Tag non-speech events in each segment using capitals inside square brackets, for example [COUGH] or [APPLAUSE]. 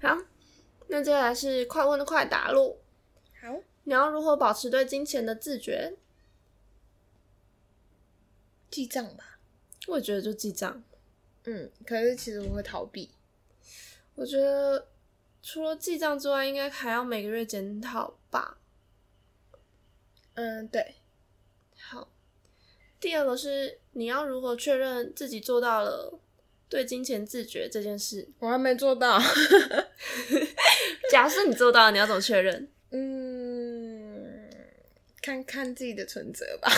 好，那接下来是快问快答喽。好，你要如何保持对金钱的自觉？记账吧。我觉得就记账。嗯，可是其实我会逃避。我觉得除了记账之外，应该还要每个月检讨吧。嗯，对，好，第二个是你要如何确认自己做到了对金钱自觉这件事？我还没做到。假设你做到了，你要怎么确认？ [LAUGHS] 嗯，看看自己的存折吧。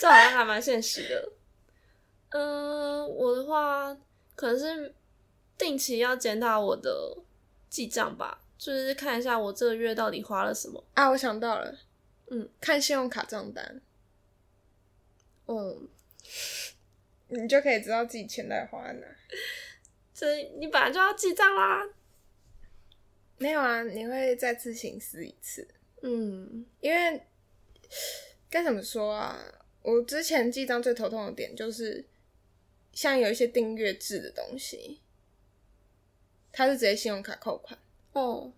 这好像还蛮现实的。 [LAUGHS] 嗯、我的话可能是定期要检讨我的记账吧，就是看一下我这个月到底花了什么。啊，我想到了，嗯，看信用卡账单，嗯，你就可以知道自己钱在花哪。这你本来就要记账啦。没有啊，你会再次醒思一次，嗯，因为该怎么说啊？我之前记账最头痛的点就是，像有一些订阅制的东西，它是直接信用卡扣款，哦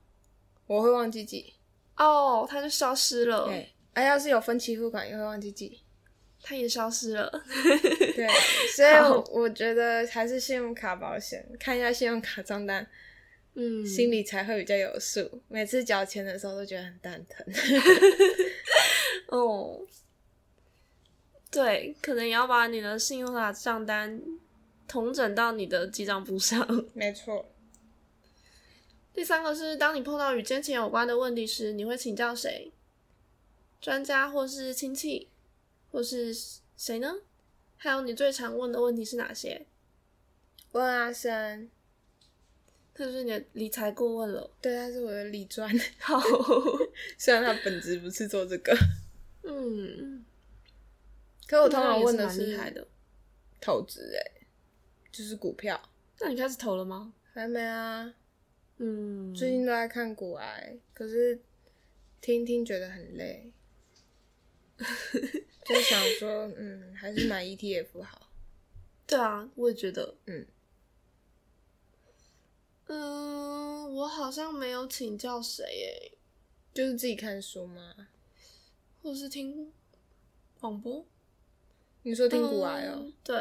我会忘记记。哦，它就消失了，对，啊，要是有分期付款，也会忘记记。它也消失 [LAUGHS] 了。对，所以我好我觉得还是信用卡保险，看一下信用卡账单，嗯，心里才会比较有数。每次缴钱的时候都觉得很蛋疼。 [LAUGHS] 哦，对，可能也要把你的信用卡账单统整到你的记账簿上。没错，第三个是，当你碰到与金钱有关的问题时，你会请教谁？专家或是亲戚，或是谁呢？还有你最常问的问题是哪些？问阿生，这就是你的理财顾问了。对，他是我的理专， [LAUGHS] 好，虽然他本职不是做这个， [LAUGHS] 嗯，可我通常问的的厉害的。投资，哎，就是股票。那你开始投了吗？还没啊，嗯，最近都在看股癌，可是听听觉得很累， [LAUGHS] 就想说，嗯，还是买 ETF 好。对啊，我也觉得，嗯嗯，我好像没有请教谁诶，就是自己看书吗？或是听广播，你说听古癌哦、嗯对，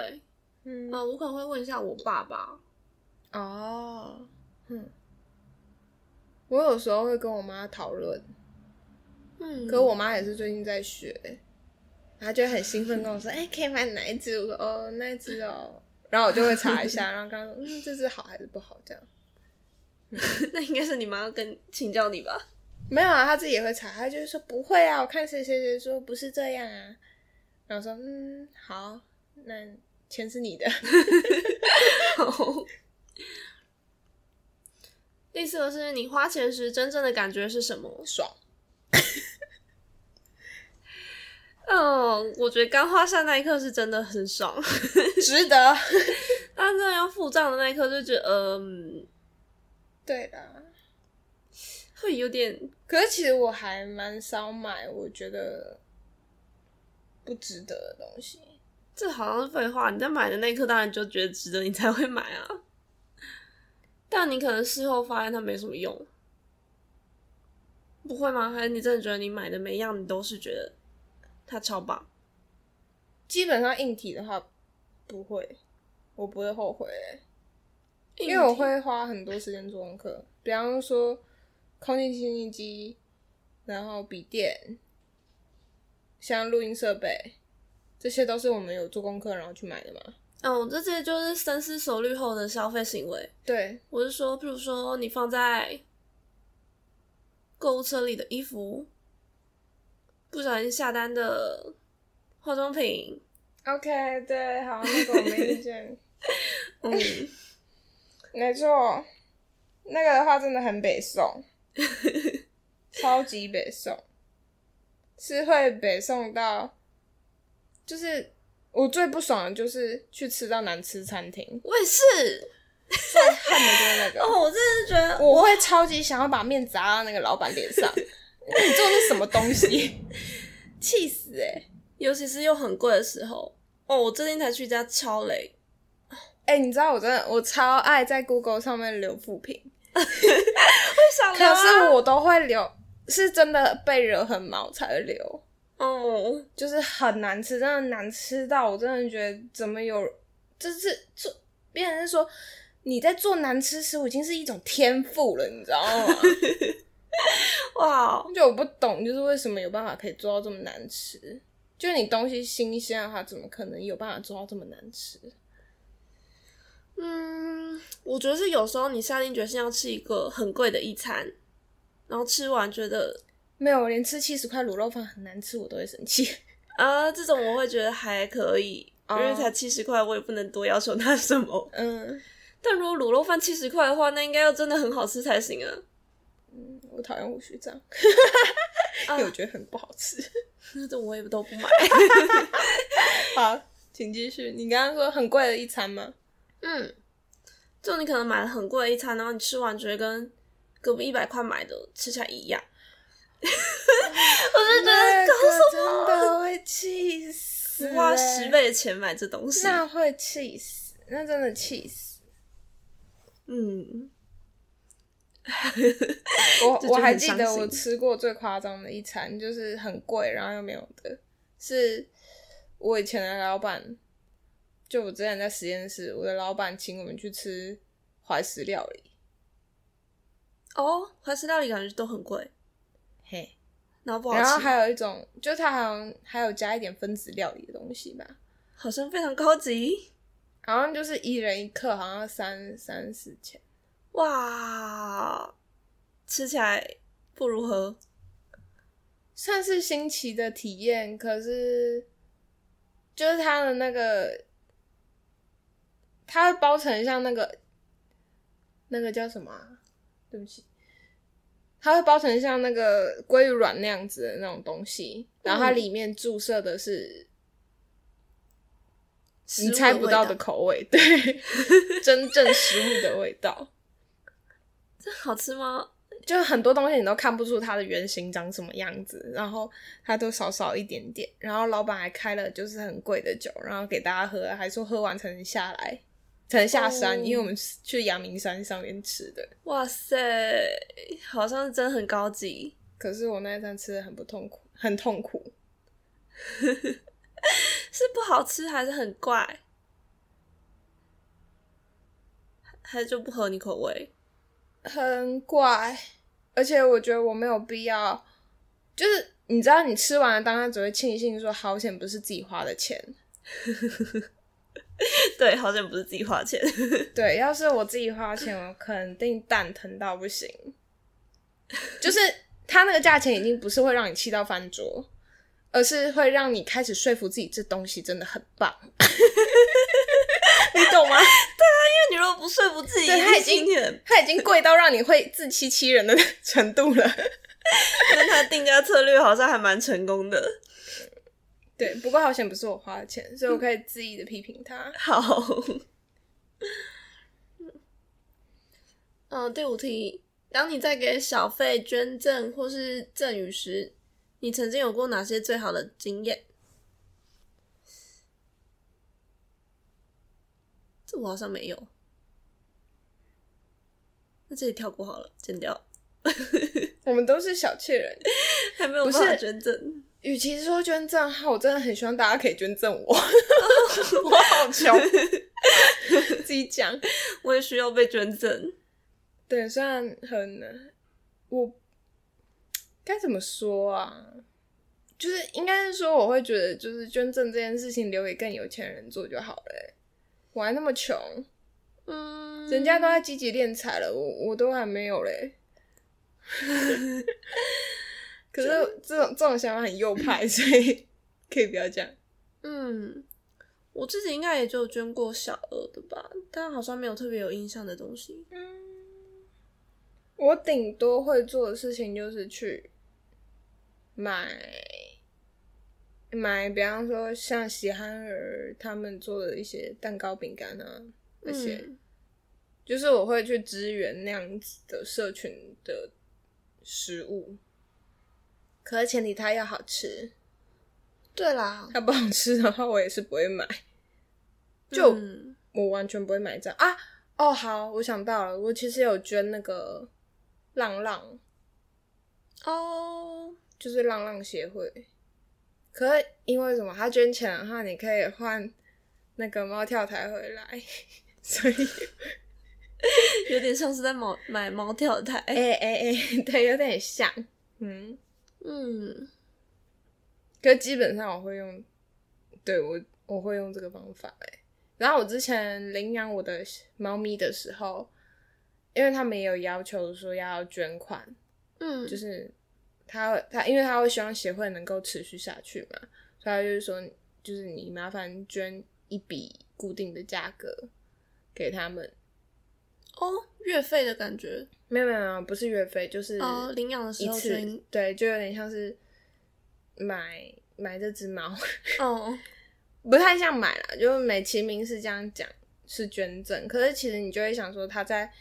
嗯嗯，我可能会问一下我爸爸。哦，嗯，我有时候会跟我妈讨论，嗯，可我妈也是最近在学，她就很兴奋跟我说：“哎、可以买哪一只？”我说：“哦，那一只哦。”然后我就会查一下，然后跟她说：“嗯，这只好还是不好？”这样那应该是你妈要跟请教你吧？没有啊，她自己也会查，她就是说：“不会啊，我看谁谁谁说不是这样啊。”然后说：“嗯，好，那钱是你的。 [LAUGHS] 第四个是你花钱时真正的感觉是什么”？爽，嗯，我觉得刚花下那一刻是真的很爽， [LAUGHS] 值得。但真的要付账的那一刻就觉得，嗯，对啦。会有点可是其实我还蛮少买，我觉得不值得的东西。这好像是废话。你在买的那一刻，当然就觉得值得，你才会买啊。但你可能事后发现它没什么用，不会吗？还是你真的觉得你买的每一样你都是觉得它超棒？基本上硬体的话不会，我不会后悔、因为我会花很多时间做功课，比方说空气清新机，然后笔电，像录音设备，这些都是我们有做功课然后去买的嘛。嗯，我这些就是深思熟虑后的消费行为。对，我是说，譬如说你放在购物车里的衣服，不小心下单的化妆品， OK，对，好，那个我没意见， [LAUGHS] 嗯， [LAUGHS] 没错，那个的话真的很北宋，超级北宋，是会北宋到，就是我最不爽的就是去吃到难吃餐厅，我也是。最恨的就是那个，哦，我真的是觉得，我会超级想要把面砸到那个老板脸 [LAUGHS] 上，你做的是什么东西？ [LAUGHS] 气死哎、尤其是又很贵的时候，哦，我最近才去一家超雷，哎、你知道我真的我超爱在 Google 上面留负评，想可是我都会留，是真的被惹很毛才会留，哦，就是很难吃，真的难吃到我真的觉得怎么有，就是做别人是说你在做难吃食物已经是一种天赋了，你知道吗？哇，就我不懂，就是为什么有办法可以做到这么难吃？就你东西新鲜的话，怎么可能有办法做到这么难吃？嗯，我觉得是有时候你下定决心要吃一个很贵的一餐，然后吃完觉得没有，我连吃七十块卤肉饭很难吃，我都会生气。啊，这种我会觉得还可以，因哦为才七十块，我也不能多要求他什么。嗯，但如果卤肉饭七十块的话，那应该要真的很好吃才行啊！我讨厌胡须章，因啊为我觉得很不好吃。那种我也都 [LAUGHS] 不买。好，请继续。你刚刚说很贵的一餐吗？嗯，就你可能买了很贵的一餐，然后你吃完觉得跟隔壁一百块买的吃起来一样，我觉就得搞什么真的会气死、花欸十，倍的钱买这东西。那会气死，那真的气死。嗯，我这就我还很记伤得心我吃过最夸张的一餐，就是很贵，然后又没有的，是我以前的老板，就我之前在实验室，我的老板请我们去吃怀石料理，哦，怀石料理感觉都很贵，嘿，然后不好然后吃，还有一种，就他好像还有加一点分子料理的东西吧，好像非常高级。好像就是一人一克，好像三三四千，哇，吃起来不如何。算是新奇的体验，可是就是它的那个，它会包成像那个那个叫什么、啊？对不起，它会包成像那个鲑鱼卵那样子的那种东西，然后它嗯里面注射的是食你物猜不味到道的，口味，对， [LAUGHS] 真正食物的味道。这好吃吗？就很多东西你都看不出它的原型长什么样子，然后它都少少一点点，然后老板还开了就是很贵的酒，然后给大家喝，还说喝完才能下来， [LAUGHS] 才能下山，哦因为我们是去阳明山上面吃的。哇塞，好像是真的很高级。可是我那一餐吃的很不痛苦，很痛苦，是不好吃还是很怪，还还是就不合你口味？ [LAUGHS] 很怪，而且我觉得我没有必要，就是你知道你吃完了当下只会庆幸说好险不是自己花的钱，对，好像不是自己花钱。对，要是我自己花钱，我肯定蛋疼到不行。就是它那个价钱已经不是会让你气到翻桌，而是会让你开始说服自己这东西真的很棒，你懂吗？那你如果不说服自己，对他已经经很它已经贵到让你会自欺欺人的程度了。跟他定价策略好像还蛮成功的。对，不过好险不是我花的钱，所以我可以恣意的批评它。好，嗯，第五题，当你在给小费、捐赠或是赠与时，你曾经有过哪些最好的经验？这我好像没有，那这里跳过好了，剪掉，我们都是小气人，还没有不办是法捐赠，与其说捐赠号，我真的很希望大家可以捐赠我， [LAUGHS] 我好穷， [LAUGHS] 自己讲。我也需要被捐赠。对，虽然很难，我该怎么说啊？就是应该是说，我会觉得就是捐赠这件事情留给更有钱人做就好了欸、我还那么穷，嗯，人家都在积极敛财了，我我都还没有嘞。可是这种这种想法很右派，所以可以不要讲。嗯，我自己应该也就捐过小额的吧，但好像没有特别有印象的东西。我顶多会做的事情就是去买买，比方说像喜憨儿他们做的一些蛋糕、饼干啊那些，嗯就是我会去支援那样子的社群的食物。可是前提它要好吃，对啦，嗯它不好吃的话，我也是不会买。就嗯我完全不会买账啊。哦，好，我想到了，我其实有捐那个浪浪，哦，就是浪浪协会。可是因为什么？他捐钱的话，你可以换那个猫跳台回来，所以 [LAUGHS] 有点像是在买买猫跳台。 [LAUGHS] 哎哎哎，对，有点像。嗯， [LAUGHS] 嗯，可是基本上我会用，对我我会用这个方法哎、然后我之前领养我的猫咪的时候，因为他们也有要求说要捐款，嗯，就是是他会他，因为他会希望协会能够持续下去嘛，所以他就是说，就是你麻烦捐一笔固定的价格给他们，哦，月费的感觉。没有没有没有，不是月费，就是哦领养的时一候次捐，对，就有点像是买买这只猫，哦，不太像买啦，就是美其名是这样讲是捐赠，可是其实你就会想说，它在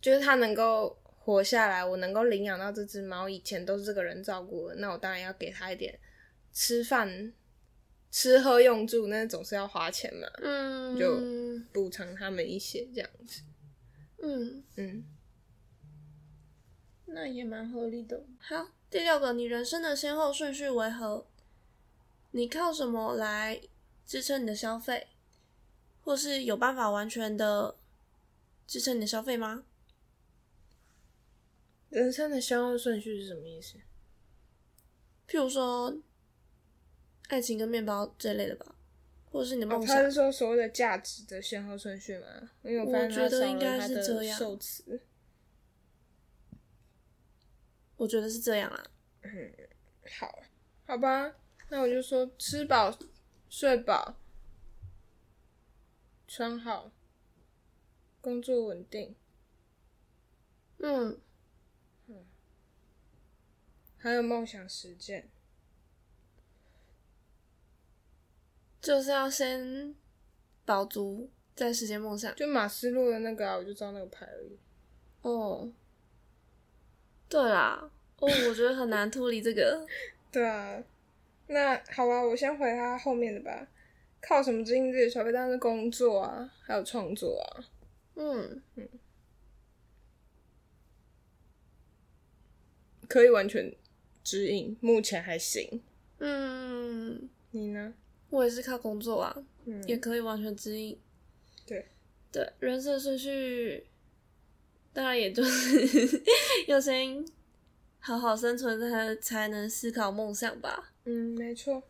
就是它能够活下来，我能够领养到这只猫，以前都是这个人照顾的，那我当然要给它一点吃饭、吃喝用住，那总是要花钱嘛，嗯，就补偿他们一些这样子。嗯，嗯，那也蛮合理的。好。第六个，你人生的先后顺序为何？你靠什么来支撑你的消费，或是有办法完全的支撑你的消费吗？人生的先后顺序是什么意思？譬如说，爱情跟面包这类的吧，或者是你的梦哦他想。是说所谓的价值的先后顺序吗？因为我发现觉他得少应了该他是的这样受词。我觉得是这样啊。好，好吧，那我就说吃饱、睡饱、穿好、工作稳定，嗯，还有梦想实践。就是要先饱足，再实现梦想。就马斯洛的那个啊，我就照那个牌而已。哦，对啦，哦，我觉得很难脱离这个。对啊，那好吧，我先回他后面的吧。靠什么支撑自己的消费？当然是工作啊，还有创作啊。嗯，可以完全指引，目前还行。嗯，你呢？我也是靠工作啊，嗯也可以完全指引。对对，人生的顺序，当然也就是 [LAUGHS] 要先好好生存，才才能思考梦想吧。嗯，没错。